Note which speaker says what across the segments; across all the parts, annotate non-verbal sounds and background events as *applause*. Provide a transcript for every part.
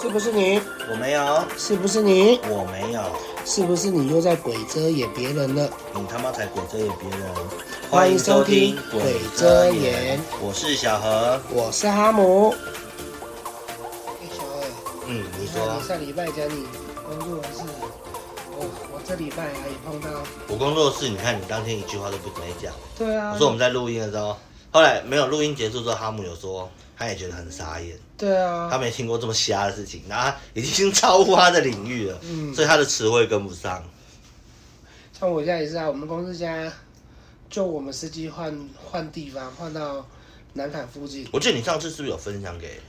Speaker 1: 是不是你？
Speaker 2: 我没有，
Speaker 1: 是不是你？
Speaker 2: 我没有，
Speaker 1: 是不是你又在鬼遮掩别人了？
Speaker 2: 你他妈才鬼遮眼别人！
Speaker 1: 欢迎收听
Speaker 2: 欢迎
Speaker 1: 鬼
Speaker 2: 鬼
Speaker 1: 遮
Speaker 2: 遮
Speaker 1: 眼
Speaker 2: 眼，我是小何。
Speaker 1: 我是哈姆。哎，小二，
Speaker 2: 嗯，你
Speaker 1: 看
Speaker 2: 说
Speaker 1: 你啊上礼拜讲你工作的事，我我这礼拜啊也碰到。
Speaker 2: 我工作室，你看你当天一句话都不没讲。
Speaker 1: 对啊，
Speaker 2: 我说我们在录音的时候，后来没有录音结束之后，哈姆有说他也觉得很傻眼，
Speaker 1: 对啊，
Speaker 2: 他没听过这么瞎的事情，然后他已经超乎他的领域了，
Speaker 1: 嗯
Speaker 2: 所以他的词汇跟不上。
Speaker 1: 像我现在也是啊，我们公司现在就我们司机换换地方，换到南坎附近，
Speaker 2: 我记得你上次是不是有分享给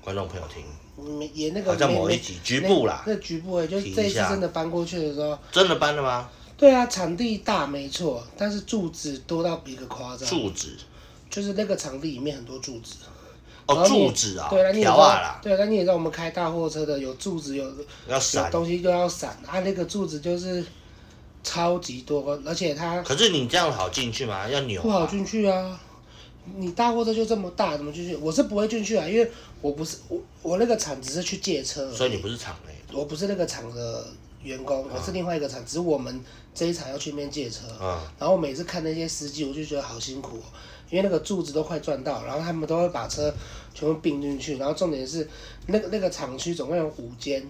Speaker 2: 观众朋友听？
Speaker 1: 嗯也那个
Speaker 2: 好像
Speaker 1: 没
Speaker 2: 某一
Speaker 1: 没
Speaker 2: 集局部啦
Speaker 1: 那，那局部哎、就
Speaker 2: 提
Speaker 1: 是
Speaker 2: 一
Speaker 1: 这一次
Speaker 2: 下
Speaker 1: 真的搬过去的时候，
Speaker 2: 真的搬了吗？
Speaker 1: 对啊，场地大没错，但是柱子多到一个夸张，
Speaker 2: 住址
Speaker 1: 就是那个场地里面很多柱子。然
Speaker 2: 哦，
Speaker 1: 后你
Speaker 2: 住址啊，
Speaker 1: 对，那你也知
Speaker 2: 条
Speaker 1: 道，
Speaker 2: 啊啦，
Speaker 1: 对，那你也知道我们开大货车的有柱子有有
Speaker 2: 要闪。
Speaker 1: 东西就要闪，啊，那个柱子就是超级多，而且它
Speaker 2: 可是你这样好进去吗？要扭、啊。
Speaker 1: 不好进去啊。你大货车就这么大，怎么进去？我是不会进去啊，因为我不是我我那个厂只是去借车而已，
Speaker 2: 所以你啊不是厂内
Speaker 1: 我不是那个厂的员工，我是另外一个厂，只是我们这一厂要去那边借车。
Speaker 2: 嗯
Speaker 1: 然后每次看那些司机，我就觉得好辛苦、哦，因为那个柱子都快转到，然后他们都会把车全部并进去。然后重点是，那个那个厂区总共有五间，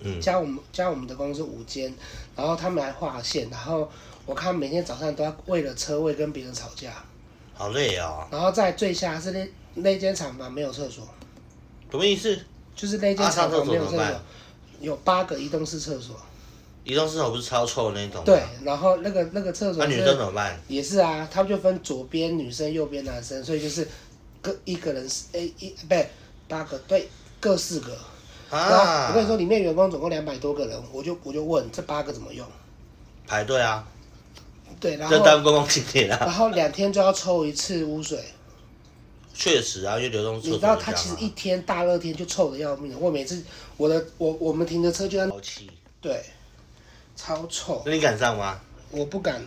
Speaker 2: 嗯
Speaker 1: 加我们加我们的公司五间，然后他们还划线，然后我看每天早上都要为了车位跟别人吵架。
Speaker 2: 好累哦，
Speaker 1: 然后在最下是那那间厂房没有厕所，
Speaker 2: 什么意思？
Speaker 1: 就是那间
Speaker 2: 啊
Speaker 1: 厂
Speaker 2: 上
Speaker 1: 房没有厕
Speaker 2: 厕所怎么
Speaker 1: 所
Speaker 2: 办，
Speaker 1: 有八个移动式厕所。
Speaker 2: 移动式头不是超臭的那种吗？
Speaker 1: 对，然后那个那个厕
Speaker 2: 那、
Speaker 1: 所
Speaker 2: 啊女
Speaker 1: 是
Speaker 2: 生怎么办？
Speaker 1: 也是啊，他们就分左边女生、右边男生，所以就是各一个人是诶一不对八个对各四个。然后
Speaker 2: 啊，
Speaker 1: 我跟你说，里面员工总共两百多个人，我就我就问这八个怎么用？
Speaker 2: 排队啊，
Speaker 1: 对，然
Speaker 2: 这
Speaker 1: 后
Speaker 2: 当公共啊清洁
Speaker 1: 然
Speaker 2: 啦。
Speaker 1: 后两天就要抽一次污水，
Speaker 2: 确实啊，因为流动厕
Speaker 1: 你
Speaker 2: 所
Speaker 1: 知道他其
Speaker 2: 啊
Speaker 1: 实一天大热天就臭的要命，我每次我的我我们停的车就在
Speaker 2: 抛弃，
Speaker 1: 对，超臭，
Speaker 2: 那你敢上吗？
Speaker 1: 我不敢，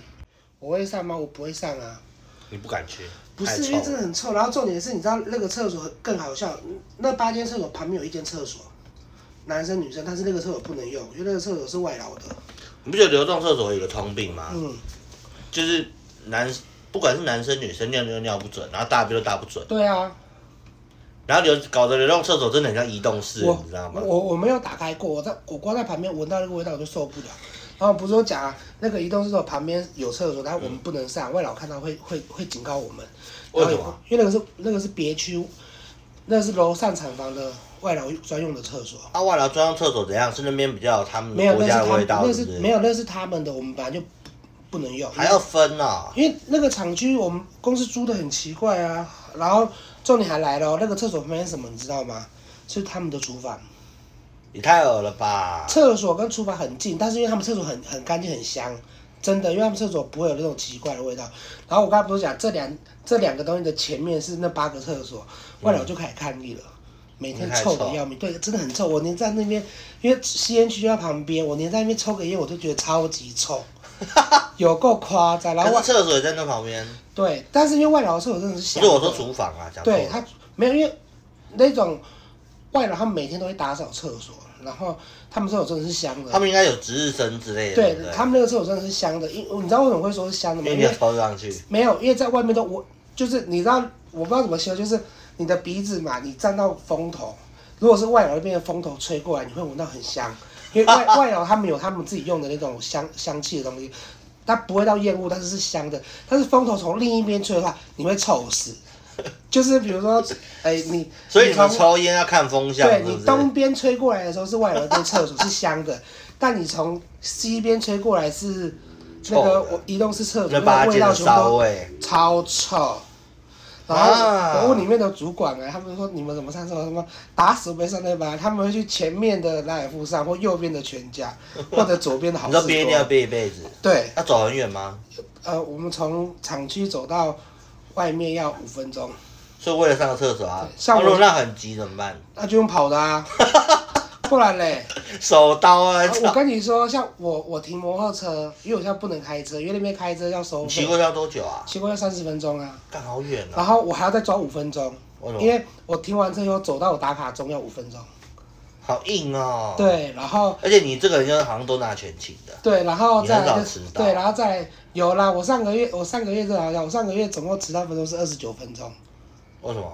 Speaker 1: 我会上吗？我不会上啊。
Speaker 2: 你不敢去，
Speaker 1: 不
Speaker 2: 太
Speaker 1: 是，因
Speaker 2: 臭
Speaker 1: 为真的很臭。然后重点是，你知道那个厕所更好笑，嗯那八间厕所旁边有一间厕所，男生女生，但是那个厕所不能用，因为那个厕所是外劳的。
Speaker 2: 你不觉得流动厕所有一个通病吗？
Speaker 1: 嗯，
Speaker 2: 就是男不管是男生女生尿尿尿不准，然后大便都大不准，
Speaker 1: 对啊，
Speaker 2: 然后流搞得流动厕所真的很像移动式，
Speaker 1: 我
Speaker 2: 你知道吗？
Speaker 1: 我我没有打开过，我在我光在旁边闻到那个味道我就受不了。然后不是有讲啊，那个移动厕所旁边有厕所，但我们不能上，外劳看到会会会警告我们。
Speaker 2: 嗯为什么啊
Speaker 1: 然后因为那个是那个是别区，那个是楼上产房的外劳专用的厕所。
Speaker 2: 啊，外劳专用厕所怎样？是那边比较有他们
Speaker 1: 没有，
Speaker 2: 国
Speaker 1: 那
Speaker 2: 家
Speaker 1: 是
Speaker 2: 的
Speaker 1: 他
Speaker 2: 味
Speaker 1: 们，
Speaker 2: 道，
Speaker 1: 那
Speaker 2: 是
Speaker 1: 是
Speaker 2: 不是？
Speaker 1: 没有，那是他们的，我们本来就不不能用。
Speaker 2: 还要分哦。
Speaker 1: 因为那个厂区我们公司租的很奇怪啊，然后重点还来了哦、那个厕所旁边是什么你知道吗？是他们的厨房，
Speaker 2: 也太恶了吧！
Speaker 1: 厕所跟厨房很近，但是因为他们厕所很很干净很香，真的，因为他们厕所不会有那种奇怪的味道。然后我刚才不是讲这两这两个东西的前面是那八个厕所，外来我就开始抗议了。每天臭的要命，对，真的很臭。我连在那边，因为吸烟区就在旁边，我连在那边抽个烟，我都觉得超级
Speaker 2: *laughs*
Speaker 1: 臭，有够夸张。然后
Speaker 2: 可
Speaker 1: 外
Speaker 2: 是厕所也在那旁边，
Speaker 1: 对，但是因为外劳的厕所真的是
Speaker 2: 不
Speaker 1: 小
Speaker 2: 是
Speaker 1: 的，
Speaker 2: 我说厨房啊，讲错
Speaker 1: 对
Speaker 2: 了。
Speaker 1: 他没有，因为那种外劳他们每天都会打扫厕所，然后他们厕所真的是香
Speaker 2: 他
Speaker 1: 的，
Speaker 2: 们应该有值日生之类的，
Speaker 1: 对
Speaker 2: 对不对
Speaker 1: 他们那个厕所真的是香的，因哦你知道为什么会说是香的
Speaker 2: 因
Speaker 1: 吗？
Speaker 2: 为
Speaker 1: 因
Speaker 2: 你要
Speaker 1: 为
Speaker 2: 抽上去，
Speaker 1: 没有，因为在外面都我就是你知道我不知道怎么形容，就是你的鼻子嘛，你站到风头，如果是外劳那边的风头吹过来，你会闻到很香，因为外 *laughs* 外劳他们有他们自己用的那种香香气的东西。它不会到厌恶，但是是香的。但是风头从另一边吹的话，你会臭死。就是比如说，哎、你
Speaker 2: *laughs* 所以你们
Speaker 1: 从
Speaker 2: 抽烟要看风向，
Speaker 1: 对
Speaker 2: 是不
Speaker 1: 你
Speaker 2: 是？
Speaker 1: 东边吹过来的时候是外劳的厕所是香
Speaker 2: *laughs*
Speaker 1: 的，但你从西边吹过来是那
Speaker 2: 臭
Speaker 1: 个
Speaker 2: 的
Speaker 1: 我移动式厕所，
Speaker 2: 那
Speaker 1: 那
Speaker 2: 八
Speaker 1: 个味
Speaker 2: 间
Speaker 1: 道
Speaker 2: 的
Speaker 1: 全部
Speaker 2: 骚
Speaker 1: 都
Speaker 2: 味，
Speaker 1: 超臭。然后
Speaker 2: 哦啊
Speaker 1: 我问里面的主管啊，他们说你们怎么上厕所？什么打死不会上那班，他们会去前面的莱尔富上，或右边的全家，
Speaker 2: *laughs*
Speaker 1: 或者左边的好
Speaker 2: 你
Speaker 1: 事
Speaker 2: 说憋尿
Speaker 1: 多。
Speaker 2: 憋一辈子，
Speaker 1: 对，
Speaker 2: 要走很远吗？
Speaker 1: 呃，我们从厂区走到外面要五分钟，
Speaker 2: 所以为了上个厕所啊，
Speaker 1: 对像我
Speaker 2: 啊如果那很急怎么办？
Speaker 1: 那就用跑的
Speaker 2: *laughs*
Speaker 1: 啊，不然嘞。
Speaker 2: 手刀啊！
Speaker 1: 啊我
Speaker 2: 操
Speaker 1: 跟你说，像我我停摩托车，因为我现在不能开车，因为那边开车要收
Speaker 2: 你
Speaker 1: 费
Speaker 2: 骑，过要多久啊？
Speaker 1: 骑过要三十分钟啊，
Speaker 2: 干好远
Speaker 1: 然
Speaker 2: 啊！
Speaker 1: 后我还要再抓五分钟，
Speaker 2: 为什
Speaker 1: 因
Speaker 2: 么？哦
Speaker 1: 为我停完车以后走到我打卡钟要五分钟，
Speaker 2: 好硬哦。，
Speaker 1: 对，然后
Speaker 2: 而且你这个人就是好像都拿全勤的，
Speaker 1: 对，然后
Speaker 2: 你
Speaker 1: 再
Speaker 2: 很
Speaker 1: 来
Speaker 2: 少
Speaker 1: 就是
Speaker 2: 迟到
Speaker 1: 对，然后再来有啦。我上个月我上个月正好像我上个月总共迟到分钟是二十九分钟，
Speaker 2: 为什么？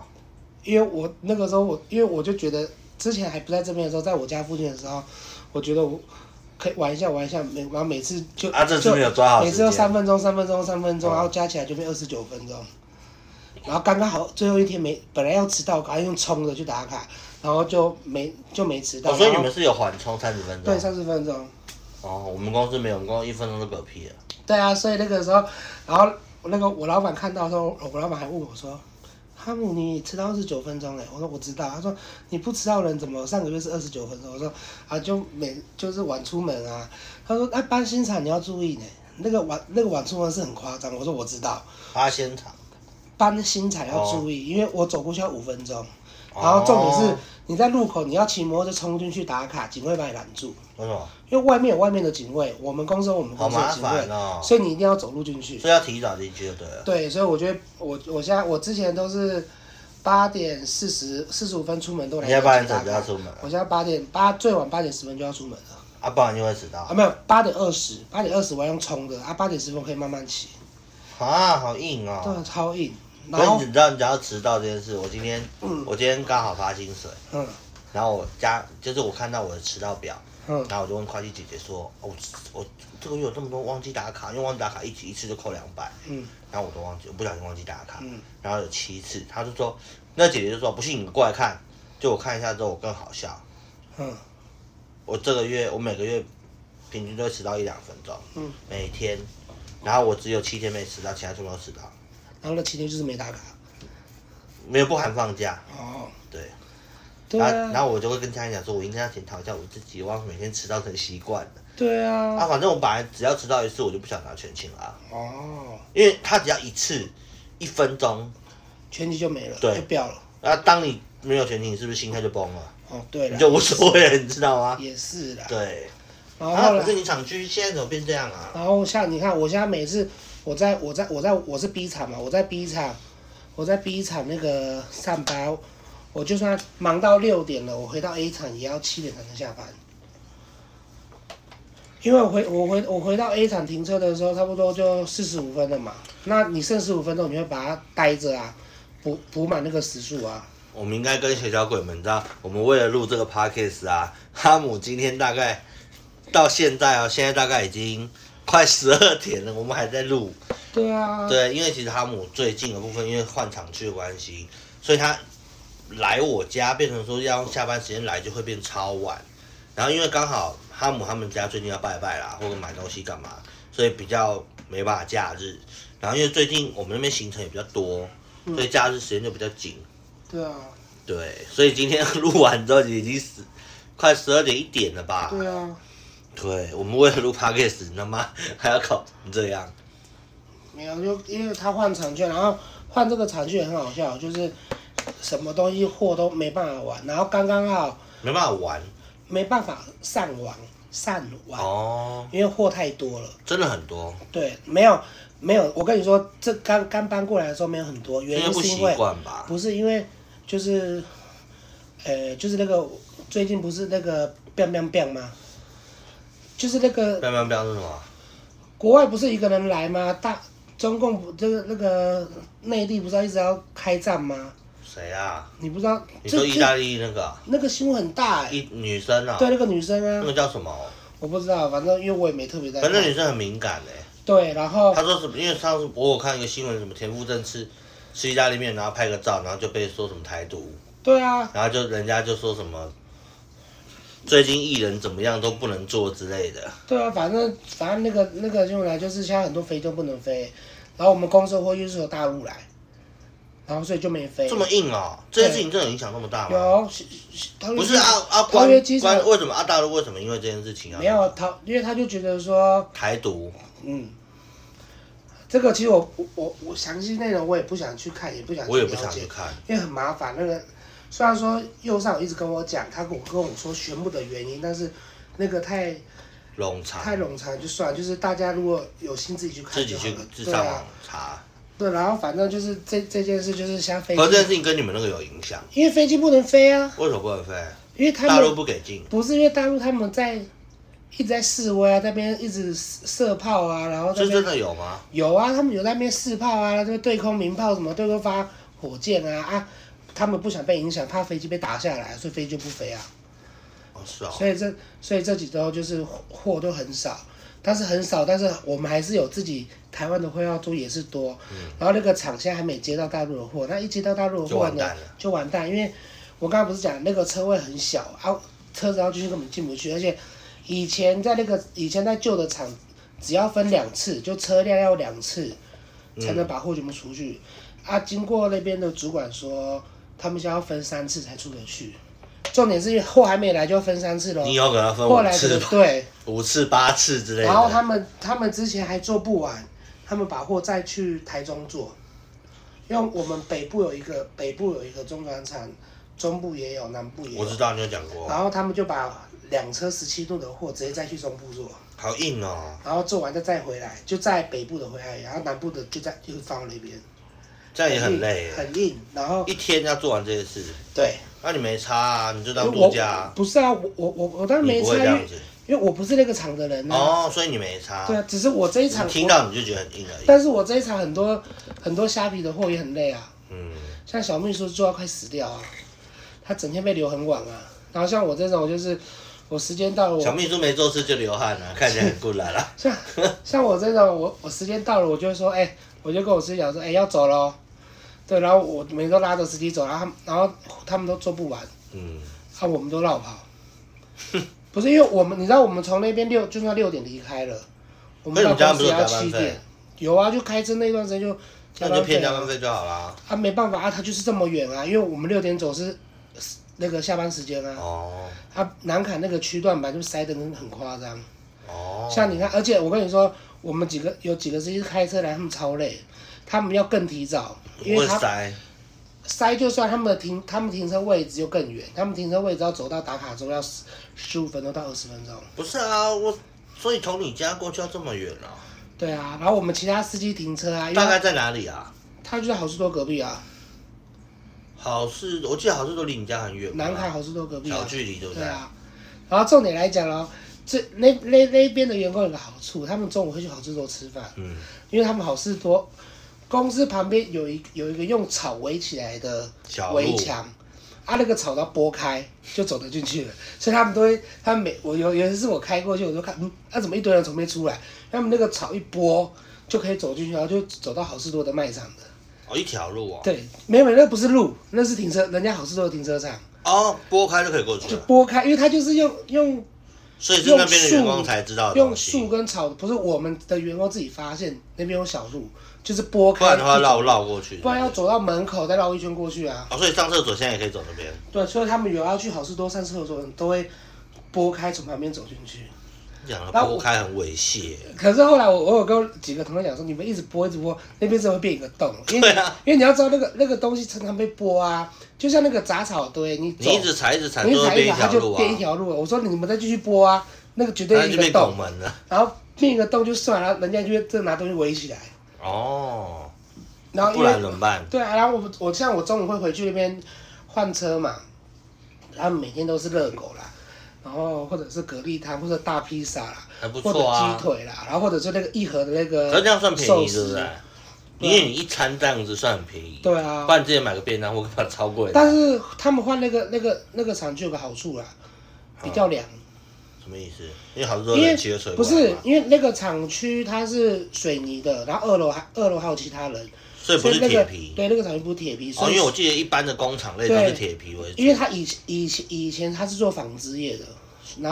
Speaker 1: 因为我那个时候我因为我就觉得之前还不在这边的时候，在我家附近的时候，我觉得我可以玩一下玩一下，每然后每次就
Speaker 2: 啊，这次
Speaker 1: 就
Speaker 2: 没有抓好
Speaker 1: 每
Speaker 2: 时
Speaker 1: 次都
Speaker 2: 间
Speaker 1: 三。分钟、三分钟、三分钟，
Speaker 2: 哦
Speaker 1: 然后加起来就变二十九分钟。然后刚刚好最后一天没，本来要迟到，赶快用冲的去打卡，然后就没就没迟到。
Speaker 2: 哦，所以你
Speaker 1: 然后
Speaker 2: 们是有缓冲三十分
Speaker 1: 对
Speaker 2: 钟。
Speaker 1: 三十分钟，
Speaker 2: 哦，我们公司没有，我们公司一分钟都嗝屁了。
Speaker 1: 对啊，所以那个时候，然后那个我老板看到的时候，我老板还问我说：“哈姆，你迟到二十九分钟哎、我说：“我知道。”他说：“你不迟到的人怎么上个月是二十九分钟？”我说：“啊，就每就是晚出门啊。”他说：“啊，搬新厂你要注意呢、那个晚那个晚出门是很夸张。”我说：“我知道。”
Speaker 2: 八仙场。
Speaker 1: 搬新材要注意，因为我走过去要五分钟，然后重点是
Speaker 2: 哦
Speaker 1: 你在路口你要骑摩托车冲进去打卡，警卫把你拦住，
Speaker 2: 为什么？
Speaker 1: 因为外面有外面的警卫，我们公司有我们
Speaker 2: 好
Speaker 1: 公司的
Speaker 2: 麻
Speaker 1: 警卫
Speaker 2: 烦，哦。
Speaker 1: 所以你一定要走路进去。
Speaker 2: 所以要提早进去就对了。
Speaker 1: 对，所以我觉得我我现在我之前都是八点四十四十五分出门都来
Speaker 2: 你要
Speaker 1: 得及
Speaker 2: 八点
Speaker 1: 打
Speaker 2: 整就要
Speaker 1: 卡，
Speaker 2: 出门了
Speaker 1: 我现在八点八最晚八点十分就要出门了
Speaker 2: 啊，不然就会迟到
Speaker 1: 啊，没有八点二十，八点二十我要用冲的啊，八点十分可以慢慢骑，
Speaker 2: 啊，好硬哦。
Speaker 1: 对，超硬。然
Speaker 2: 可是
Speaker 1: 后
Speaker 2: 你知道你只要迟到这件事，我今天
Speaker 1: 嗯
Speaker 2: 我今天刚好发薪水，
Speaker 1: 嗯
Speaker 2: 然后我家就是我看到我的迟到表，
Speaker 1: 嗯
Speaker 2: 然后我就问会计姐姐说，哦、我我这个月有这么多忘记打卡，因为忘记打卡一次一次就扣两百，
Speaker 1: 嗯
Speaker 2: 然后我都忘记，我不小心忘记打卡，
Speaker 1: 嗯
Speaker 2: 然后有七次，她就说，那姐姐就说不信你过来看，就我看一下之后我更好笑，
Speaker 1: 嗯
Speaker 2: 我这个月我每个月平均都会迟到一两分钟，
Speaker 1: 嗯，
Speaker 2: 每天，然后我只有七天没迟到，其他全部都迟到，
Speaker 1: 然后那七天就是没打卡。
Speaker 2: 没有不含放假，
Speaker 1: 哦，
Speaker 2: 对，
Speaker 1: 对
Speaker 2: 然后然
Speaker 1: 啊，
Speaker 2: 后我就会跟家人讲说，我应该要检讨一下我自己，我每天迟到成习惯了。
Speaker 1: 对啊，
Speaker 2: 啊，反正我本来只要迟到一次，我就不想拿全勤了啊，
Speaker 1: 哦，
Speaker 2: 因为他只要一次一分钟，
Speaker 1: 全集就没了，
Speaker 2: 对
Speaker 1: 就掉了。
Speaker 2: 啊，当你没有全勤，你是不是心态就崩了？
Speaker 1: 哦，对
Speaker 2: 你
Speaker 1: 了，
Speaker 2: 就无所谓了，你知道吗？
Speaker 1: 也是啦。
Speaker 2: 对，
Speaker 1: 然后
Speaker 2: 啊，
Speaker 1: 后
Speaker 2: 可是
Speaker 1: 来，
Speaker 2: 你厂区现在怎么变这样啊？
Speaker 1: 然后像你看，我现在每次我在我在我在我是 B 厂嘛，我在 B 厂，我在 B 厂那个上班，我就算忙到六点了，我回到 A 厂也要七点才能下班。因为我回我回我回到 A 厂停车的时候，差不多就四十五分了嘛。那你剩十五分钟，你会把它待着啊，补补满那个时数啊。
Speaker 2: 我们应该跟血小鬼们，你知道，我们为了录这个 podcast 啊，哈姆今天大概到现在哦，现在大概已经快十二点了，我们还在录。
Speaker 1: 对啊，
Speaker 2: 对，因为其实哈姆最近的部分，因为换厂区的关系，所以他来我家变成说要用下班时间来，就会变超晚。然后因为刚好哈姆他们家最近要拜拜啦，或者买东西干嘛，所以比较没办法假日。然后因为最近我们那边行程也比较多，所
Speaker 1: 嗯
Speaker 2: 以假日时间就比较紧。
Speaker 1: 对啊，
Speaker 2: 对，所以今天录完之后已经十快十二点一点了吧？
Speaker 1: 对啊，
Speaker 2: 对，我们为了录 podcast，你他妈还要搞成这样。
Speaker 1: 没有就因为他换厂券，然后换这个厂券也很好笑，就是什么东西货都没办法玩，然后刚刚好
Speaker 2: 没办法玩
Speaker 1: 没办法上网上网，
Speaker 2: 哦，
Speaker 1: 因为货太多了。
Speaker 2: 真的很多。
Speaker 1: 对，没有没有，我跟你说，这刚刚搬过来的时候没有很多，原
Speaker 2: 因为
Speaker 1: 因
Speaker 2: 不
Speaker 1: 是
Speaker 2: 习
Speaker 1: 因为
Speaker 2: 惯吧？
Speaker 1: 不是因为就是呃就是那个最近不是那个 biang biang biang 吗？就是那个
Speaker 2: 彪彪彪是什么？
Speaker 1: 国外不是一个人来吗？大中共不这个那个内地不是要一直要开战吗？
Speaker 2: 谁啊？
Speaker 1: 你不知道？
Speaker 2: 你说
Speaker 1: 这
Speaker 2: 意大利那个啊
Speaker 1: 那个新闻很大哎、
Speaker 2: 一女生啊？
Speaker 1: 对，那个女生
Speaker 2: 那
Speaker 1: 啊，
Speaker 2: 个叫什么？
Speaker 1: 我不知道，反正因为我也没特别在看。
Speaker 2: 反正女生很敏感哎。
Speaker 1: 对，然后
Speaker 2: 她说什么？因为上次我有看一个新闻，什么田馥甄吃吃意大利面，然后拍个照，然后就被说什么台独，
Speaker 1: 对啊，
Speaker 2: 然后就人家就说什么最近艺人怎么样都不能做之类的。
Speaker 1: 对啊，反正反正那个那个新闻来就是现在很多飞就不能飞，然后我们公司的货运是由大陆来，然后所以就没飞。
Speaker 2: 这么硬哦，这件事情真的影响那么大吗？
Speaker 1: 有，他
Speaker 2: 不是啊啊
Speaker 1: 桃
Speaker 2: 关
Speaker 1: 园机场
Speaker 2: 关为什么啊大陆为什么因为这件事情啊？
Speaker 1: 没有他，因为他就觉得说。
Speaker 2: 台独
Speaker 1: 嗯，这个其实我我我我详细内容我也不想去看，也不想去
Speaker 2: 我也不
Speaker 1: 了
Speaker 2: 想
Speaker 1: 解
Speaker 2: 去，看。
Speaker 1: 因为很麻烦。那个虽然说右上有一直跟我讲，他跟我跟我说全部的原因，但是那个太
Speaker 2: 冗长，
Speaker 1: 太冗长就算了，就是大家如果有心自己去看
Speaker 2: 自
Speaker 1: 就
Speaker 2: 己
Speaker 1: 好
Speaker 2: 去
Speaker 1: 了。
Speaker 2: 自
Speaker 1: 对
Speaker 2: 上
Speaker 1: 啊
Speaker 2: 网，查。
Speaker 1: 对，然后反正就是这这件事就是像飞
Speaker 2: 可是这件
Speaker 1: 机，
Speaker 2: 事情跟你们那个有影响，
Speaker 1: 因为飞机不能飞啊，
Speaker 2: 为什么不能飞？
Speaker 1: 因为他
Speaker 2: 大陆
Speaker 1: 们
Speaker 2: 不给进，
Speaker 1: 不是因为大陆他们在一直在示威啊，在那边一直射炮啊，然后在
Speaker 2: 这
Speaker 1: 那
Speaker 2: 真
Speaker 1: 边
Speaker 2: 的有吗？
Speaker 1: 有啊，他们有在那边试炮啊，那边对空鸣炮什么，对空发火箭啊啊，他们不想被影响，怕飞机被打下来，所以飞机就不飞啊。
Speaker 2: 哦，是哦，
Speaker 1: 所以这所以这几周就是货都很少，但是很少，但是我们还是有自己台湾的货要租也是多。
Speaker 2: 嗯
Speaker 1: 然后那个厂现在还没接到大陆的货，那一接到大陆的
Speaker 2: 就
Speaker 1: 货
Speaker 2: 完
Speaker 1: 呢
Speaker 2: 蛋了。
Speaker 1: 就完蛋，因为我刚刚不是讲那个车位很小啊，车子要进去根本进不去，而且以前在那个以前在旧的厂，只要分两次，就车辆要两次才能把货全部出去。啊，经过那边的主管说，他们想要分三次才出得去。重点是货还没来就分三次喽，
Speaker 2: 你有可能分
Speaker 1: 货
Speaker 2: 五
Speaker 1: 来
Speaker 2: 次
Speaker 1: 的、对，
Speaker 2: 五次、八次之类的。
Speaker 1: 然后他们他们之前还做不完，他们把货再去台中做，因为我们北部有一个北部有一个中转厂，中部也有，南部也
Speaker 2: 我
Speaker 1: 有
Speaker 2: 知，道你有讲过，
Speaker 1: 然后他们就把两车十七吨的货直接再去中部做，
Speaker 2: 好硬哦，
Speaker 1: 然后做完再再回来，就在北部的回来，然后南部的就在就放那边，
Speaker 2: 这样也很累，
Speaker 1: 很硬，然后
Speaker 2: 一天要做完这些事，
Speaker 1: 对，
Speaker 2: 那你没差啊，你就当度
Speaker 1: 我
Speaker 2: 假啊，
Speaker 1: 不是啊，我我我我当然
Speaker 2: 你
Speaker 1: 没
Speaker 2: 不会
Speaker 1: 参
Speaker 2: 这样
Speaker 1: 与，
Speaker 2: 子。
Speaker 1: 因为我不是那个厂的人啊，
Speaker 2: 哦，所以你没差
Speaker 1: 对，啊，只是我这一场
Speaker 2: 你听到你就觉得很硬而已。
Speaker 1: 但是我这一场很多很多虾皮的货也很累啊，
Speaker 2: 嗯，
Speaker 1: 像小秘书做到快死掉啊，他整天被留很晚啊。然后像我这种就是，我时间到了
Speaker 2: 小
Speaker 1: 我，
Speaker 2: 秘书没做事就流
Speaker 1: *laughs*
Speaker 2: 汗了、看起来很困难啦。 *laughs*
Speaker 1: 像像我这种我我时间到了我就会说，哎、我就跟我司机讲说，哎、要走喽。对，然后我每都拉着司机走，然后他们然后他们都做不完，
Speaker 2: 嗯，
Speaker 1: 啊，我们都绕跑。 *laughs* 不是因为我们，你知道我们从那边六就算六点离开了，我们
Speaker 2: 那
Speaker 1: 到
Speaker 2: 你家
Speaker 1: 公
Speaker 2: 不
Speaker 1: 司
Speaker 2: 是
Speaker 1: 也
Speaker 2: 有
Speaker 1: 要
Speaker 2: 加班
Speaker 1: 七
Speaker 2: 费
Speaker 1: 点？。有啊，就开车那段时间就加
Speaker 2: 那你就
Speaker 1: 班费
Speaker 2: 骗加
Speaker 1: 啊
Speaker 2: 班费就好啦。
Speaker 1: 啊，没办法啊，他就是这么远啊，因为我们六点走是是那个下班时间啊，
Speaker 2: 哦
Speaker 1: 啊，南坎那个区段吧，就塞得很很夸张。
Speaker 2: 哦，
Speaker 1: 像你看，而且我跟你说，我们几个有几个司机开车来，他们超累，他们要更提早，因为
Speaker 2: 会
Speaker 1: 他
Speaker 2: 塞，
Speaker 1: 塞就算他们的停，他们停车位置又更远，他们停车位置要走到打卡州要十十五分钟到二十分钟。
Speaker 2: 不是啊，我所以从你家过去要这么远啊？
Speaker 1: 对啊，然后我们其他司机停车啊，因
Speaker 2: 大概
Speaker 1: 为
Speaker 2: 在哪里啊？
Speaker 1: 他就在好事多隔壁啊，
Speaker 2: 好事，我记得好事都离你家很远吧，
Speaker 1: 南坎好事多隔壁啊
Speaker 2: 小。距离对不
Speaker 1: 对
Speaker 2: 对？
Speaker 1: 啊，然后重点来讲喽，这那那那边的员工有个好处，他们中午会去好事多吃饭，
Speaker 2: 嗯，
Speaker 1: 因为他们好事多公司旁边有一有一个用草围起来的
Speaker 2: 小路
Speaker 1: 围墙，啊，那个草要拨开就走得进去了，所以他们都会，他们每我有有一次我开过去，我就看，嗯，那、怎么一堆人从那边出来？他们那个草一拨就可以走进去，然后就走到好事多的卖场的。
Speaker 2: 哦，一条路哦，
Speaker 1: 对，没有没有，那不是路，那是停车，人家好事多的停车场，
Speaker 2: 哦，拨开就可以过去
Speaker 1: 就
Speaker 2: 了，
Speaker 1: 拨开，因为他就是用用
Speaker 2: 所以是那边的员工才知道的
Speaker 1: 用
Speaker 2: 啊东
Speaker 1: 树
Speaker 2: 西，
Speaker 1: 跟草，不是我们的员工自己发现那边有小路，就是拨开，
Speaker 2: 不然的话绕绕过去，
Speaker 1: 不然要走到门口再绕一圈过去啊。
Speaker 2: 哦，所以上厕所现在也可以走那边，
Speaker 1: 对，所以他们有要去好事多上厕所，都会拨开从旁边走进去。
Speaker 2: 你讲了
Speaker 1: 那我
Speaker 2: 拨开很猥亵，
Speaker 1: 可是后来我我有跟我几个同学讲说，你们一直拨一直拨，那边是会变一个洞，因为、
Speaker 2: 对啊
Speaker 1: 因为你要知道那个那个东西常常被拨啊，就像那个杂草堆，你走
Speaker 2: 你一直哦踩一直踩，
Speaker 1: 你
Speaker 2: 最
Speaker 1: 一
Speaker 2: 后
Speaker 1: 踩一
Speaker 2: 变
Speaker 1: 踩它
Speaker 2: 条
Speaker 1: 就
Speaker 2: 路
Speaker 1: 变一
Speaker 2: 啊，
Speaker 1: 条路了。我说你们再继续拨啊，那个绝对
Speaker 2: 那
Speaker 1: 是
Speaker 2: 就
Speaker 1: 一个
Speaker 2: 变拱
Speaker 1: 洞，
Speaker 2: 门了，
Speaker 1: 然后变一个洞就算了，然后人家就会真的拿东西围起来。
Speaker 2: 哦，
Speaker 1: 然后因
Speaker 2: 不
Speaker 1: 为
Speaker 2: 然怎么办？
Speaker 1: 对啊，然后我我像我中午会回去那边换车嘛，然后每天都是热狗啦，然后或者是蛤蜊汤，或者大披萨啦，
Speaker 2: 还不
Speaker 1: 或者
Speaker 2: 错啊
Speaker 1: 鸡，腿啦，然后或者是那个一盒的那个
Speaker 2: 可是这样算便宜
Speaker 1: 寿
Speaker 2: 对不
Speaker 1: 司
Speaker 2: 对？因为你一餐这样子算很便宜，
Speaker 1: 对啊
Speaker 2: 不，然之前买个便当我干嘛超贵的？
Speaker 1: 但是他们换那个那个那个厂就有个好处啦，
Speaker 2: 啊
Speaker 1: 比较凉，
Speaker 2: 什么意思？因为好多
Speaker 1: 因为
Speaker 2: 人气的水
Speaker 1: 不
Speaker 2: 管
Speaker 1: 是
Speaker 2: 嘛，
Speaker 1: 因为那个厂区它是水泥的，然后二楼还二楼还有其他人，
Speaker 2: 所以不
Speaker 1: 所以
Speaker 2: 是
Speaker 1: 那
Speaker 2: 铁
Speaker 1: 个
Speaker 2: 皮。
Speaker 1: 对那个厂区不是铁皮，
Speaker 2: 哦，
Speaker 1: 所
Speaker 2: 因
Speaker 1: 以
Speaker 2: 为我记得一般的工厂类都是铁皮为主，
Speaker 1: 因为他以前以前以前他是做纺织业的，然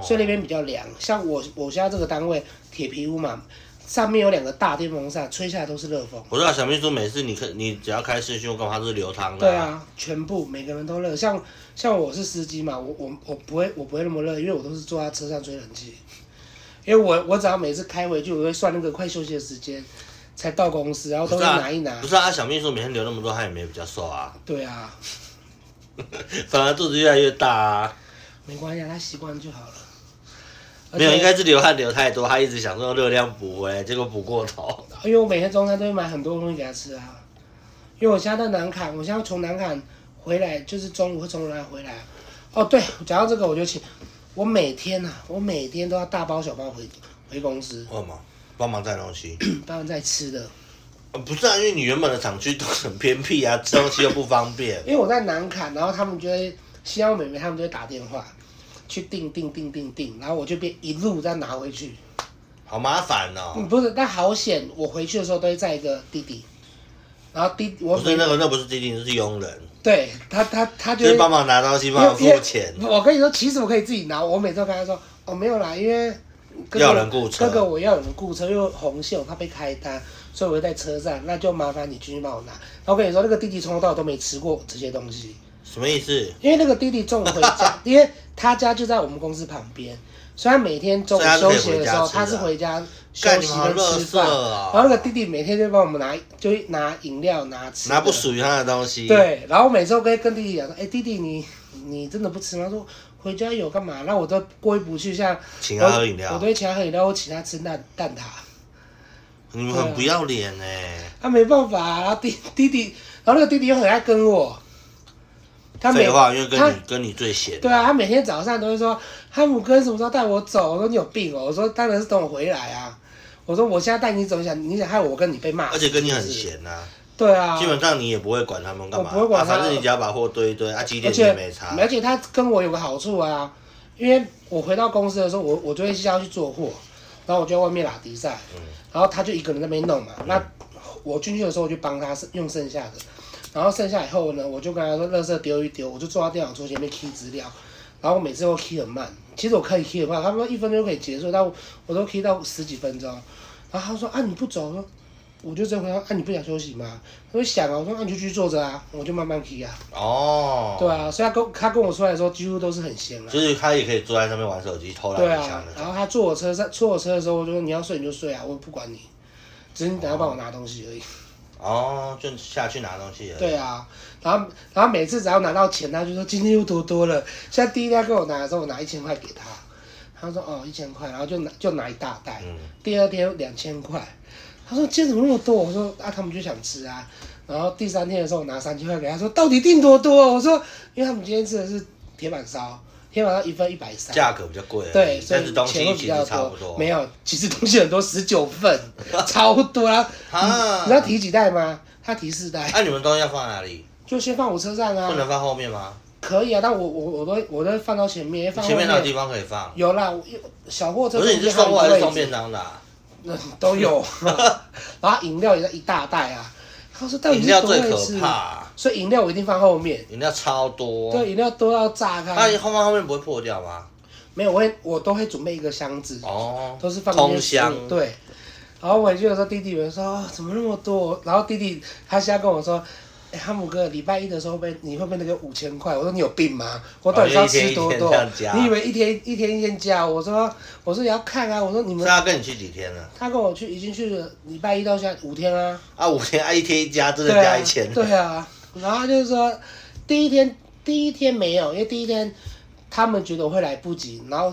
Speaker 1: 后所以那边比较凉。像我我现在这个单位铁皮屋嘛，上面有两个大电风扇，吹下来都是热风。
Speaker 2: 我知道小秘书每次你看你只要开视讯，我干嘛都是流汤的、
Speaker 1: 对，啊，全部每个人都热。像像我是司机嘛，我我我不会我不会那么热，因为我都是坐在车上吹冷气。因为我我只要每次开回去，我会算那个快休息的时间，才到公司，然后
Speaker 2: 不
Speaker 1: 东
Speaker 2: 是
Speaker 1: 西
Speaker 2: 啊，
Speaker 1: 拿一拿
Speaker 2: 不。是啊，小秘书每天流那么多汗也没比较瘦啊，
Speaker 1: 对啊，
Speaker 2: 反而肚子越来越大啊。
Speaker 1: 没关系啊，他习惯就好了。而
Speaker 2: 没有，
Speaker 1: 且
Speaker 2: 应该是流汗流太多，他一直想说热量补回来，结果补过头。 *laughs*
Speaker 1: 因为我每天中餐都会买很多东西给他吃啊。因为我现在在南坎，我现在从南坎回来，就是中午会从南坎回来，哦，对，讲到这个，我就请我每天啊，我每天都要大包小包回回公司，
Speaker 2: 为什么？帮忙带东西、
Speaker 1: 包含在吃的，
Speaker 2: 呃不是啊，因为你原本的厂区都很偏僻啊，吃东西又不方便。
Speaker 1: 因为我在南坎，然后他们就会西安妹妹他们就会打电话去订订订订订，然后我就变一路再拿回去。
Speaker 2: 好麻烦
Speaker 1: 嗯，
Speaker 2: 哦！
Speaker 1: 不是，但好险，我回去的时候都会在一个弟弟，然后弟我
Speaker 2: 不是那个，那不是滴滴，是佣人，
Speaker 1: 对他他他
Speaker 2: 就
Speaker 1: 就是会
Speaker 2: 帮忙拿东西，帮忙
Speaker 1: 因为
Speaker 2: 付钱。
Speaker 1: 因为我跟你说，其实我可以自己拿，我每次都跟他说，哦，没有啦，因为哥哥
Speaker 2: 要有人雇车
Speaker 1: 哥哥我要有人雇车，因为红线我怕被开单，所以我会在车站，那就麻烦你进去帮我拿。然后我跟你说，那个弟弟从头到尾都没吃过这些东西，
Speaker 2: 什么意思？
Speaker 1: 因为那个弟弟中午回
Speaker 2: *laughs*
Speaker 1: 家，因为他家就在我们公司旁边，所以他每天中午
Speaker 2: 所以他是
Speaker 1: 休
Speaker 2: 可
Speaker 1: 息的
Speaker 2: 以
Speaker 1: 时候，他是回
Speaker 2: 回
Speaker 1: 家休
Speaker 2: 干你
Speaker 1: 息
Speaker 2: 们好
Speaker 1: 跟
Speaker 2: 乐
Speaker 1: 吃
Speaker 2: 色
Speaker 1: 饭。
Speaker 2: 哦！
Speaker 1: 然后那个弟弟每天就帮我们拿，就拿饮料、拿吃的，
Speaker 2: 拿不属于他的东西，，
Speaker 1: 对，然后我每次都跟跟弟弟讲说，哎、弟弟你你真的不吃吗？他说回家有干嘛？那我都过意不去，像
Speaker 2: 请他喝饮
Speaker 1: 我
Speaker 2: 料
Speaker 1: 都，会请他喝饮料，我请他吃蛋蛋挞，
Speaker 2: 你们很不要脸哎、
Speaker 1: 他、没办法、啊。然后弟弟弟，然后那个弟弟又很爱跟我，他每
Speaker 2: 废话，因为跟
Speaker 1: 他
Speaker 2: 你跟你最闲。
Speaker 1: 对啊，，他每天早上都会说哈姆哥你什么时候带我走？我说你有病哦，我说当然是等我回来啊。我说我现在带你走，你想你想害我跟你被骂，
Speaker 2: 而且跟你很
Speaker 1: 是不是。
Speaker 2: 闲呐、
Speaker 1: 对啊，
Speaker 2: 基本上你也不会管他们干嘛，
Speaker 1: 我不会管
Speaker 2: 啊
Speaker 1: 他
Speaker 2: 反正你只要把货堆一堆，啊，几
Speaker 1: 而
Speaker 2: 点你
Speaker 1: 且
Speaker 2: 也没差。
Speaker 1: 而且他跟我有个好处啊，因为我回到公司的时候，我我就会先要去做货，然后我就在外面拉迪赛，
Speaker 2: 嗯
Speaker 1: 然后他就一个人在那边弄嘛。那我进去的时候，我就帮他用剩下的，然后剩下以后呢，我就跟他说，垃圾丢一丢，我就坐到电脑桌前面 key 资料，然后我每次都 key 很慢，其实我可以 key 很慢，他们一分钟就可以结束，但我我都 key 到十几分钟，然后他说啊你不走，我说我就直接回答，啊你不想休息吗？他说想啊，我说那、啊、你就继续坐着啊，我就慢慢 key 啊。
Speaker 2: 哦，
Speaker 1: 对，啊，所以他跟他跟我出来的时候，几乎都是很闲啊。
Speaker 2: 就是他也可以坐在上面玩手机，偷懒
Speaker 1: 对
Speaker 2: 一下
Speaker 1: 啊
Speaker 2: 那，
Speaker 1: 然
Speaker 2: 种。
Speaker 1: 后他坐我车上，坐我车的时候，我就说你要睡你就睡啊，我不管你，只是你等下帮我拿东西而已。
Speaker 2: 哦，就下去拿东西而已。
Speaker 1: 对啊，然后然后每次只要拿到钱，他就说今天又多多了。像第一天他跟我拿的时候，我拿一千块给他，他说哦一千块，然后就拿就拿一大袋。
Speaker 2: 嗯，
Speaker 1: 第二天两千块，他说今天怎么那么多？我说啊他们就想吃啊。然后第三天的时候，我拿三千块给他，说到底订多多？我说因为他们今天吃的是铁板烧，铁板烧一份一百三。
Speaker 2: 价格比较贵而已，
Speaker 1: 对，所
Speaker 2: 但
Speaker 1: 以
Speaker 2: 是东
Speaker 1: 钱会
Speaker 2: 西
Speaker 1: 比
Speaker 2: 其
Speaker 1: 较
Speaker 2: 实差不多。
Speaker 1: 没有，其实东西很多，十九
Speaker 2: *laughs*
Speaker 1: 份，超多啊！
Speaker 2: 啊，
Speaker 1: 你知道提几袋吗？他提四袋，
Speaker 2: 那、你们东西要放哪里？
Speaker 1: 就先放我车上
Speaker 2: 不
Speaker 1: 啊。
Speaker 2: 能放后面吗？
Speaker 1: 可以啊，但我我我都我都放到前面，因为放后
Speaker 2: 前面哪有地方可以放？
Speaker 1: 有啦，我小货车
Speaker 2: 不是你是送货
Speaker 1: 过
Speaker 2: 还是送便当的、啊？
Speaker 1: 嗯都
Speaker 2: *laughs*
Speaker 1: 有， *laughs* 然后饮料也在一大袋啊。他说到底
Speaker 2: 饮
Speaker 1: 是
Speaker 2: 料
Speaker 1: 多
Speaker 2: 最
Speaker 1: 会
Speaker 2: 可
Speaker 1: 吃
Speaker 2: 怕、，啊
Speaker 1: 所以饮料我一定放后面。
Speaker 2: 饮料超多。
Speaker 1: 对，饮料多到炸
Speaker 2: 那
Speaker 1: 开
Speaker 2: 你，放放后面不会破掉吗？
Speaker 1: 没有，我会我都会准备一个箱子，
Speaker 2: 哦，
Speaker 1: 都是放
Speaker 2: 通
Speaker 1: 一些食
Speaker 2: 箱
Speaker 1: 物。对，然后回去的时候，弟弟们说、哦怎么那么多？然后弟弟他现在跟我说，哎、哈姆哥，礼拜一的时候会被你会被那个五千块，我说你有病吗？我到底是要吃多多？
Speaker 2: 哦就一天一天这样加
Speaker 1: 你以为一天一天一天加？我说我说也要看啊，我说你
Speaker 2: 是
Speaker 1: 们
Speaker 2: 他跟你去几天了？
Speaker 1: 他跟我去已经去了礼拜一到现在五天啊，
Speaker 2: 啊，五天，啊，一天一家，真的
Speaker 1: 对
Speaker 2: 加
Speaker 1: 啊
Speaker 2: 一千。，
Speaker 1: 对啊，然后他就是说第一天第一天没有，因为第一天他们觉得我会来不及，然后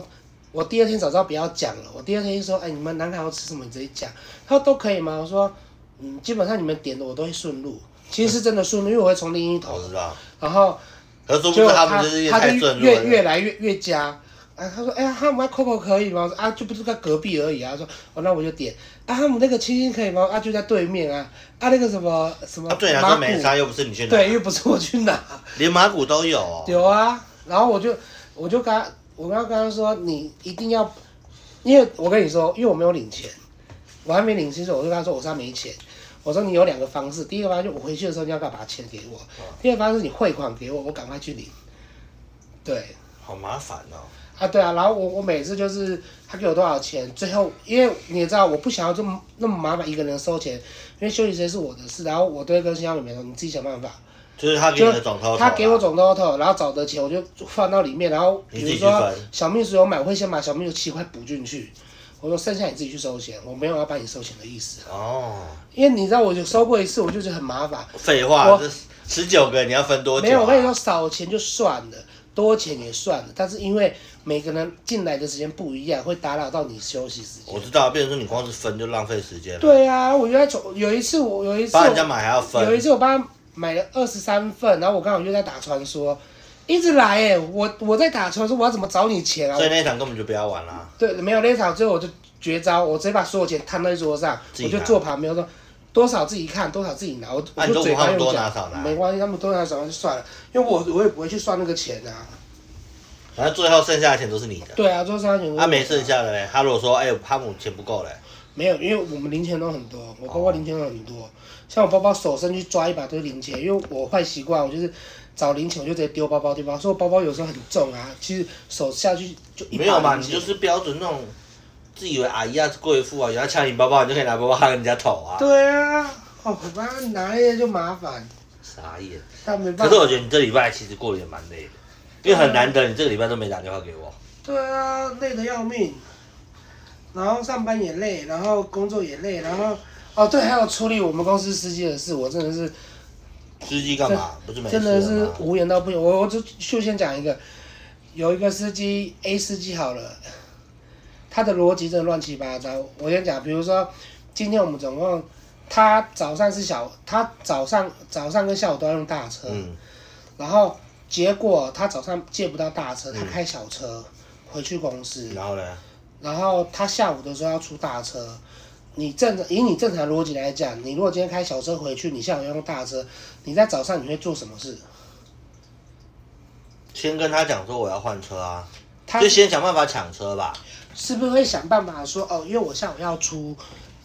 Speaker 1: 我第二天早知道不要讲了，我第二天就说，哎，你们南海要吃什么，你直接讲。他说都可以吗？我说，嗯，基本上你们点的我都会顺路，其实是真的顺路，因为我会从另一头
Speaker 2: 我，知道。
Speaker 1: 然后
Speaker 2: 哦可是殊不
Speaker 1: 就
Speaker 2: 知他们就是也
Speaker 1: 他
Speaker 2: 太
Speaker 1: 就
Speaker 2: 顺路了
Speaker 1: 越。越来越越加。啊，他说，哎、呀，哈姆啊，Coco 可以吗？我说啊，就不是在隔壁而已啊。他说，哦，那我就点。啊，哈姆那个清新可以吗？啊，就在对面啊。啊，那个什么什么
Speaker 2: 啊，对啊，
Speaker 1: 麻
Speaker 2: 这
Speaker 1: 古
Speaker 2: 没差，又不是你去拿，
Speaker 1: 对，又不是我去拿，
Speaker 2: 连马古都有哦。
Speaker 1: 有啊。然后我就我就跟他，我刚刚说你一定要，因为我跟你说，因为我没有领钱，我还没领薪水，我就跟他说我现在没钱。我说你有两个方式，第一个方式就我回去的时候你要赶快把钱给我，
Speaker 2: 哦
Speaker 1: 第二个方式你汇款给我，我赶快去领。对
Speaker 2: 好麻烦哦。
Speaker 1: 啊，对啊，然后我我每次就是他给我多少钱，最后因为你也知道我不想要这么那么麻烦一个人收钱，因为休息时间是我的事，然后我都会跟新疆美眉说你自己想办法。
Speaker 2: 就是他给你的总头头啊，
Speaker 1: 他给我总 total，然后找的钱我就放到里面，然后比
Speaker 2: 你自
Speaker 1: 如
Speaker 2: 己去
Speaker 1: 说
Speaker 2: 分
Speaker 1: 小秘书有买，我会先把小秘书七块补进去。我说剩下你自己去收钱，我没有要帮你收钱的意思，
Speaker 2: 哦，
Speaker 1: 因为你知道我就收过一次，我就觉得很麻烦。
Speaker 2: 废
Speaker 1: 我
Speaker 2: 话，这十九个你要分多久、啊？
Speaker 1: 没有，我跟你说，少钱就算了，多钱也算了，但是因为每个人进来的时间不一样，会打扰到你休息时间
Speaker 2: 我。知道，变成说你光是分就浪费时间了，
Speaker 1: 对啊，我原来从有一次我有一次
Speaker 2: 帮人
Speaker 1: 我
Speaker 2: 家买还要
Speaker 1: 有一
Speaker 2: 分，
Speaker 1: 次我帮他买了二十三份，然后我刚好又在打传说，一直来哎、我我在打球的时候，我要怎么找你钱啊？
Speaker 2: 所以那一场根本就不要玩啦。
Speaker 1: 对，没有那场最后我就绝招，我直接把所有钱摊在桌上，
Speaker 2: 自己
Speaker 1: 我
Speaker 2: 拿
Speaker 1: 就坐旁边我说多少自己看，多少自己拿，我
Speaker 2: 啊
Speaker 1: 我
Speaker 2: 你
Speaker 1: 就
Speaker 2: 都
Speaker 1: 嘴
Speaker 2: 不怕
Speaker 1: 巴用
Speaker 2: 多拿
Speaker 1: 讲
Speaker 2: 少，拿
Speaker 1: 没关系，他们多拿少拿就算了，因为我我也不会去算那个钱啊。
Speaker 2: 反正最后剩下的钱都是你的。
Speaker 1: 对啊，桌上有
Speaker 2: 他、没剩下的嘞，他如果说，哎、哈姆钱不够嘞，
Speaker 1: 没有，因为我们零钱都很多，我包
Speaker 2: 哦
Speaker 1: 包零钱都很多，像我包包手伸去抓一把都是零钱，因为我坏习惯，我就是找零钱我就直接丢包包丢包包，所以我包包有时候很重啊，其实手下去就一把
Speaker 2: 没有嘛，
Speaker 1: 零
Speaker 2: 你
Speaker 1: 钱
Speaker 2: 就是标准那种自以为阿姨啊是贵妇啊，人家抢你包包，你就可以拿包包跟人家讨啊，
Speaker 1: 对啊，哦，我妈拿那些就麻烦，
Speaker 2: 傻眼。
Speaker 1: 但没办
Speaker 2: 可是
Speaker 1: 法，
Speaker 2: 我觉得你这礼拜其实过得也蛮累的，因为很难得你这个礼拜都没打电话给我。
Speaker 1: 对啊，累得要命，然后上班也累，然后工作也累，然后哦对，还有处理我们公司司机的事，我真的是
Speaker 2: 司机干嘛？不是没事
Speaker 1: 真的是
Speaker 2: 了吗？
Speaker 1: 无言到不行。我我就就先讲一个，有一个司机 A 司机好了，他的逻辑真的乱七八糟。我先讲，比如说今天我们总共，他早上是小，他早上早上跟下午都要用大车，
Speaker 2: 嗯，
Speaker 1: 然后结果他早上借不到大车，他
Speaker 2: 嗯
Speaker 1: 开小车、回去公司，
Speaker 2: 然后呢？
Speaker 1: 然后他下午的时候要出大车。你正常以你正常逻辑来讲，你如果今天开小车回去，你下午要用大车，你在早上你会做什么事？
Speaker 2: 先跟他讲说我要换车啊，
Speaker 1: 他
Speaker 2: 就先想办法抢车吧，
Speaker 1: 是不是会想办法说哦，因为我下午要出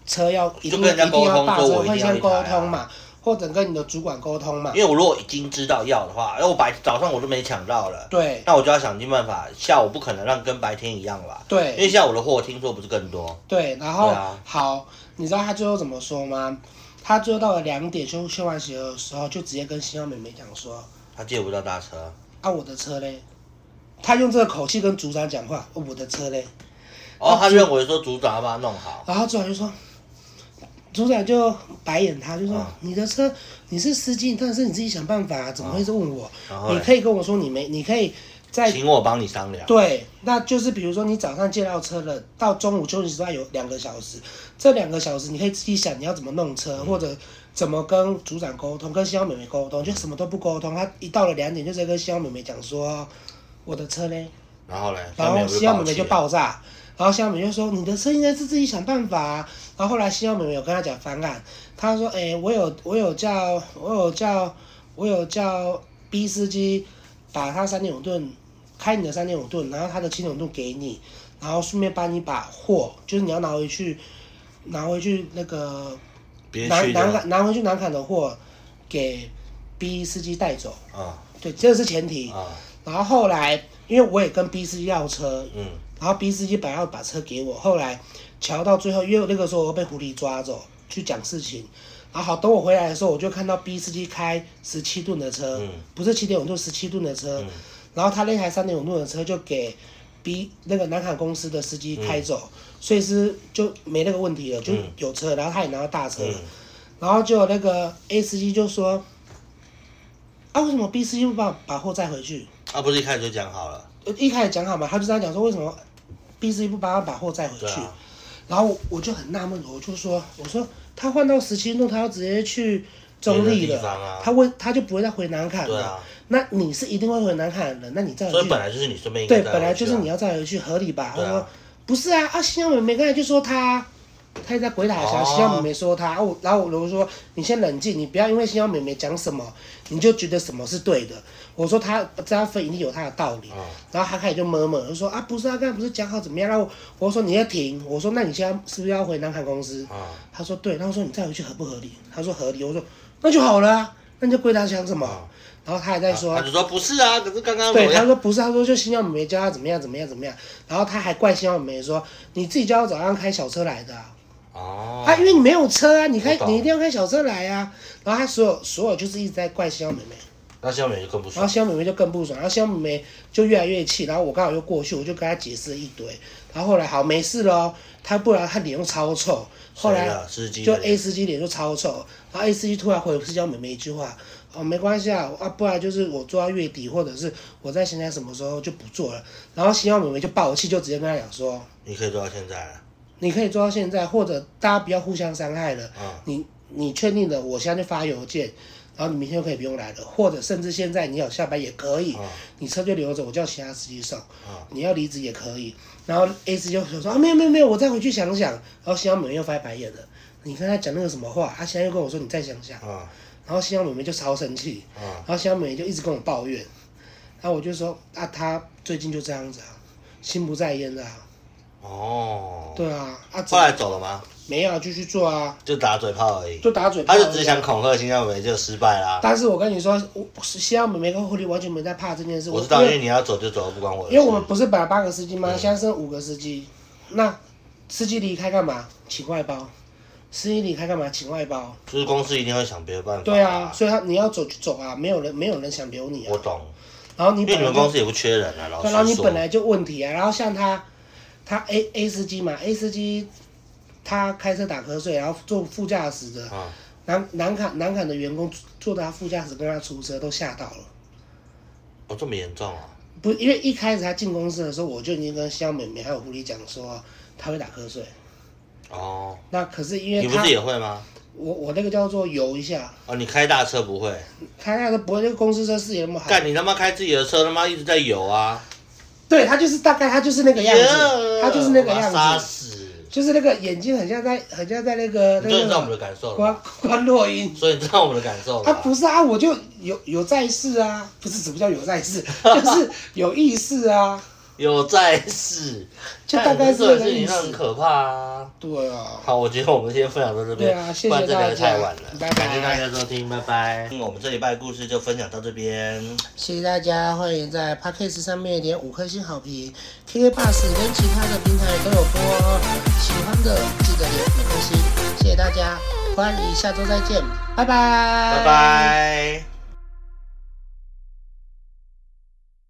Speaker 1: 车要一
Speaker 2: 就
Speaker 1: 定
Speaker 2: 跟人家
Speaker 1: 一定要
Speaker 2: 沟通
Speaker 1: 大
Speaker 2: 说
Speaker 1: 车，
Speaker 2: 我一定
Speaker 1: 会
Speaker 2: 要一
Speaker 1: 先沟
Speaker 2: 台啊
Speaker 1: 通嘛，或者跟你的主管沟通嘛
Speaker 2: 因。为我如果已经知道要的话，哎，我白早上我都没抢到了，
Speaker 1: 对
Speaker 2: 那我就要想尽办法，下午不可能让跟白天一样吧，因为
Speaker 1: 对
Speaker 2: 下午的货我听说不是更多，
Speaker 1: 对，然后、
Speaker 2: 对啊
Speaker 1: 好，你知道他最后怎么说吗？他最后到了两点修修完鞋的时候，就直接跟新奥美美讲说
Speaker 2: 他借不到大车，：“
Speaker 1: 啊，我的车嘞。”他用这个口气跟组长讲话：“哦我的车嘞。
Speaker 2: 哦，
Speaker 1: 那
Speaker 2: 他
Speaker 1: 就
Speaker 2: 认为说组长要把它弄”好，
Speaker 1: 然后组长就说：“组长就白眼他，就说：‘
Speaker 2: 啊
Speaker 1: 你的车，你是司机，但是你自己想办法、啊，怎么会是问我？’
Speaker 2: 然后啊
Speaker 1: 你
Speaker 2: 呢
Speaker 1: 可以跟我说你没，你可以在
Speaker 2: 请我帮你商量，
Speaker 1: 对，那就是比如说你早上借到车了，到中午休息时段有两个小时，这两个小时你可以自己想你要怎么弄车，
Speaker 2: 嗯
Speaker 1: 或者怎么跟组长沟通，跟肖美美沟通，就什么都不沟通。他一到了两点就直接跟肖美美讲说我的车嘞，
Speaker 2: 然后呢，
Speaker 1: 然后
Speaker 2: 西
Speaker 1: 肖美
Speaker 2: 门
Speaker 1: 美就爆炸。然后肖美美就说：“你的车应该是自己想办法、啊。”然后后来肖美美有跟他讲方案，他说：“哎、我有我有叫我有叫我有叫 B 司机把他三点五吨开你的三点五吨，然后他的七点五吨给你，然后顺便帮你把货，就是你要拿回去拿回去那个
Speaker 2: 别
Speaker 1: 拿
Speaker 2: 去
Speaker 1: 拿
Speaker 2: 的，
Speaker 1: 拿拿回去南坎的货给 B 司机带走。
Speaker 2: 啊
Speaker 1: 对，这是前提。
Speaker 2: 啊，
Speaker 1: 然后后来因为我也跟 B 司机要车，
Speaker 2: 嗯，
Speaker 1: 然后 B 司机本来要把车给我，后来瞧到最后，因为那个时候我被狐狸抓走去讲事情，然后好等我回来的时候，我就看到 B 司机开十七吨的车，
Speaker 2: 嗯
Speaker 1: 不是七点五吨，十七吨的车，
Speaker 2: 嗯
Speaker 1: 然后他那台三点五吨的车就给 B 那个南卡公司的司机开走，所以是就没那个问题了，就
Speaker 2: 嗯
Speaker 1: 有车，然后他也拿到大车了，
Speaker 2: 嗯
Speaker 1: 然后就有那个 A 司机就说，啊为什么 B 司机不把把货载回去？
Speaker 2: 啊，不是一开始就讲好了，
Speaker 1: 呃一开始讲好嘛，他就这样讲说为什么 B 司机不帮他把货载回
Speaker 2: 对
Speaker 1: 去？
Speaker 2: 啊，
Speaker 1: 然后我就很纳闷，我就说我说他换到十七路，他要直接去中立
Speaker 2: 别的地
Speaker 1: 了，
Speaker 2: 方啊
Speaker 1: 他会他就不会再回南坎
Speaker 2: 对
Speaker 1: 了。
Speaker 2: 啊，
Speaker 1: 那你是一定会回南坎的人，那你再
Speaker 2: 所
Speaker 1: 回
Speaker 2: 以
Speaker 1: 去，
Speaker 2: 本来就是你顺便应该
Speaker 1: 对，
Speaker 2: 带
Speaker 1: 本来
Speaker 2: 回去
Speaker 1: 就是
Speaker 2: 啊
Speaker 1: 你要再回去，合理吧？他
Speaker 2: 对啊
Speaker 1: 说不是啊，啊，新疆美没刚才就说他。他也在鬼打墙，
Speaker 2: 哦
Speaker 1: 新疆美没说他，啊我然后我就说你先冷静，你不要因为新疆美没讲什么，你就觉得什么是对的。我说他这样分一定有他的道理，
Speaker 2: 嗯
Speaker 1: 然后他开始就摸摸，就说啊，不是啊，刚才不是讲好怎么样？然后我我说你要停，我说那你现在是不是要回南韩公司？
Speaker 2: 啊，
Speaker 1: 他说对，然后说你再回去合不合理？他说合理，我说那就好了、啊，那你就归他想什么？然后他还在说，
Speaker 2: 他就说不是啊，可是刚刚
Speaker 1: 对，
Speaker 2: 我
Speaker 1: 他
Speaker 2: 要
Speaker 1: 说不是，他说就新疆美教他怎么样怎么样怎么样，然后他还怪新疆美说你自己叫他早上开小车来的啊，
Speaker 2: 哦，
Speaker 1: 啊因为你没有车啊，你开
Speaker 2: 我懂
Speaker 1: 你一定要开小车来啊，然后他所有所有就是一直在怪新疆美美。
Speaker 2: 那肖美就更不
Speaker 1: 然后
Speaker 2: 爽，
Speaker 1: 肖美美就更不爽，然后肖美美就越来越气，然后我刚好又过去，我就跟她解释了一堆，然后后来好没事喽，她不然她脸又超臭，后
Speaker 2: 谁
Speaker 1: 来
Speaker 2: 啊司机
Speaker 1: 就
Speaker 2: 的脸
Speaker 1: A 司机脸就超臭，然后 A 司机突然回肖美美一句话，哦没关系啊，啊不然就是我做到月底，或者是我在想想什么时候就不做了，然后肖美美就爆气，就直接跟她讲说，
Speaker 2: 你可以做到现在了，
Speaker 1: 你可以做到现在，或者大家不要互相伤害了，
Speaker 2: 啊
Speaker 1: 你你确定了，我现在就发邮件，然后你明天就可以不用来了，或者甚至现在你有下班也可以，
Speaker 2: 嗯
Speaker 1: 你车就留着，我叫其他司机送。
Speaker 2: 嗯
Speaker 1: 你要离职也可以。然后 A 司机就说啊，没有没有没有，我再回去想想。然后新疆美妹又翻白眼了，你看他讲那个什么话，他、现在又跟我说你再想想。
Speaker 2: 嗯
Speaker 1: 然后新疆美妹就超生气，
Speaker 2: 嗯
Speaker 1: 然后新疆美妹就一直跟我抱怨。然后我就说啊，他最近就这样子啊，心不在焉的啊。
Speaker 2: 哦，
Speaker 1: 对啊，啊，
Speaker 2: 后来走了吗？
Speaker 1: 没有啊继续做啊，
Speaker 2: 就打嘴炮而已，
Speaker 1: 就打嘴炮
Speaker 2: 他
Speaker 1: 而已啊。
Speaker 2: 就只想恐吓新疆美就失败啦。
Speaker 1: 但是我跟你说，我新疆美妹跟狐狸完全没在怕这件事。
Speaker 2: 我知道，因
Speaker 1: 因为
Speaker 2: 为嗯你要走就走，不关我的事。
Speaker 1: 因为我们不是本来八个司机吗？现在剩五个司机，那司机离开干嘛？请外包。司机离开干嘛？请外包。
Speaker 2: 就是公司一定会想别的办法。
Speaker 1: 对啊，，所以他你要走就走啊，没有人没有人想留你啊
Speaker 2: 我。懂，
Speaker 1: 然后你
Speaker 2: 因为
Speaker 1: 本
Speaker 2: 你
Speaker 1: 来
Speaker 2: 们公
Speaker 1: 就
Speaker 2: 司也不缺人啊，老
Speaker 1: 对，然后
Speaker 2: 实
Speaker 1: 你本
Speaker 2: 说。
Speaker 1: 来就问题啊。然后像他，他 A A 司机嘛，A 司机他开车打瞌睡，然后坐副驾驶的
Speaker 2: 啊，
Speaker 1: 南南坎南坎的员工坐在他副驾驶跟他出车都吓到了。
Speaker 2: 哦，这么严重啊？
Speaker 1: 不，因为一开始他进公司的时候，我就已经跟香美美还有狐狸讲说他会打瞌睡。
Speaker 2: 哦，
Speaker 1: 那可是因
Speaker 2: 你
Speaker 1: 为
Speaker 2: 不
Speaker 1: 他
Speaker 2: 是也会吗？
Speaker 1: 我我那个叫做游一下，
Speaker 2: 哦，你开大车不会？
Speaker 1: 他那个不会，那个公司车视野那么好，
Speaker 2: 干，你他妈开自己的车，他妈一直在游啊！
Speaker 1: 对他就是大概他就是那个样子，
Speaker 2: 耶
Speaker 1: 他就是那个
Speaker 2: 我把他杀
Speaker 1: 样子，
Speaker 2: 死！
Speaker 1: 就是那个眼睛很像在很像在那个
Speaker 2: 你
Speaker 1: 那
Speaker 2: 终于知道我们
Speaker 1: 个
Speaker 2: 的感受了
Speaker 1: 关
Speaker 2: 吧，
Speaker 1: 关洛英。
Speaker 2: 所以你知道我们的感受
Speaker 1: 啊，
Speaker 2: 了吧。
Speaker 1: 不是啊，我就有有在世啊，不是什么叫有在世， *laughs* 就是有意识啊，
Speaker 2: 有在世，
Speaker 1: 就大概是
Speaker 2: 这
Speaker 1: 那
Speaker 2: 个
Speaker 1: 个
Speaker 2: 事情
Speaker 1: 意
Speaker 2: 很
Speaker 1: 思。
Speaker 2: 可怕啊。
Speaker 1: 对啊，
Speaker 2: 好，我觉得我们今天分享到这
Speaker 1: 对
Speaker 2: 边，
Speaker 1: 啊谢谢
Speaker 2: 不然这聊得太晚了。
Speaker 1: 大家拜拜
Speaker 2: 感谢大家收听，拜拜。嗯我们这礼拜的故事就分享到这边，
Speaker 1: 谢谢大家，欢迎在 Podcast 上面点五颗星好评，KK Bus 跟其他的平台都有播哦。喜欢的记得点五颗星，谢谢大家，欢迎下周再见，拜拜，
Speaker 2: 拜。拜。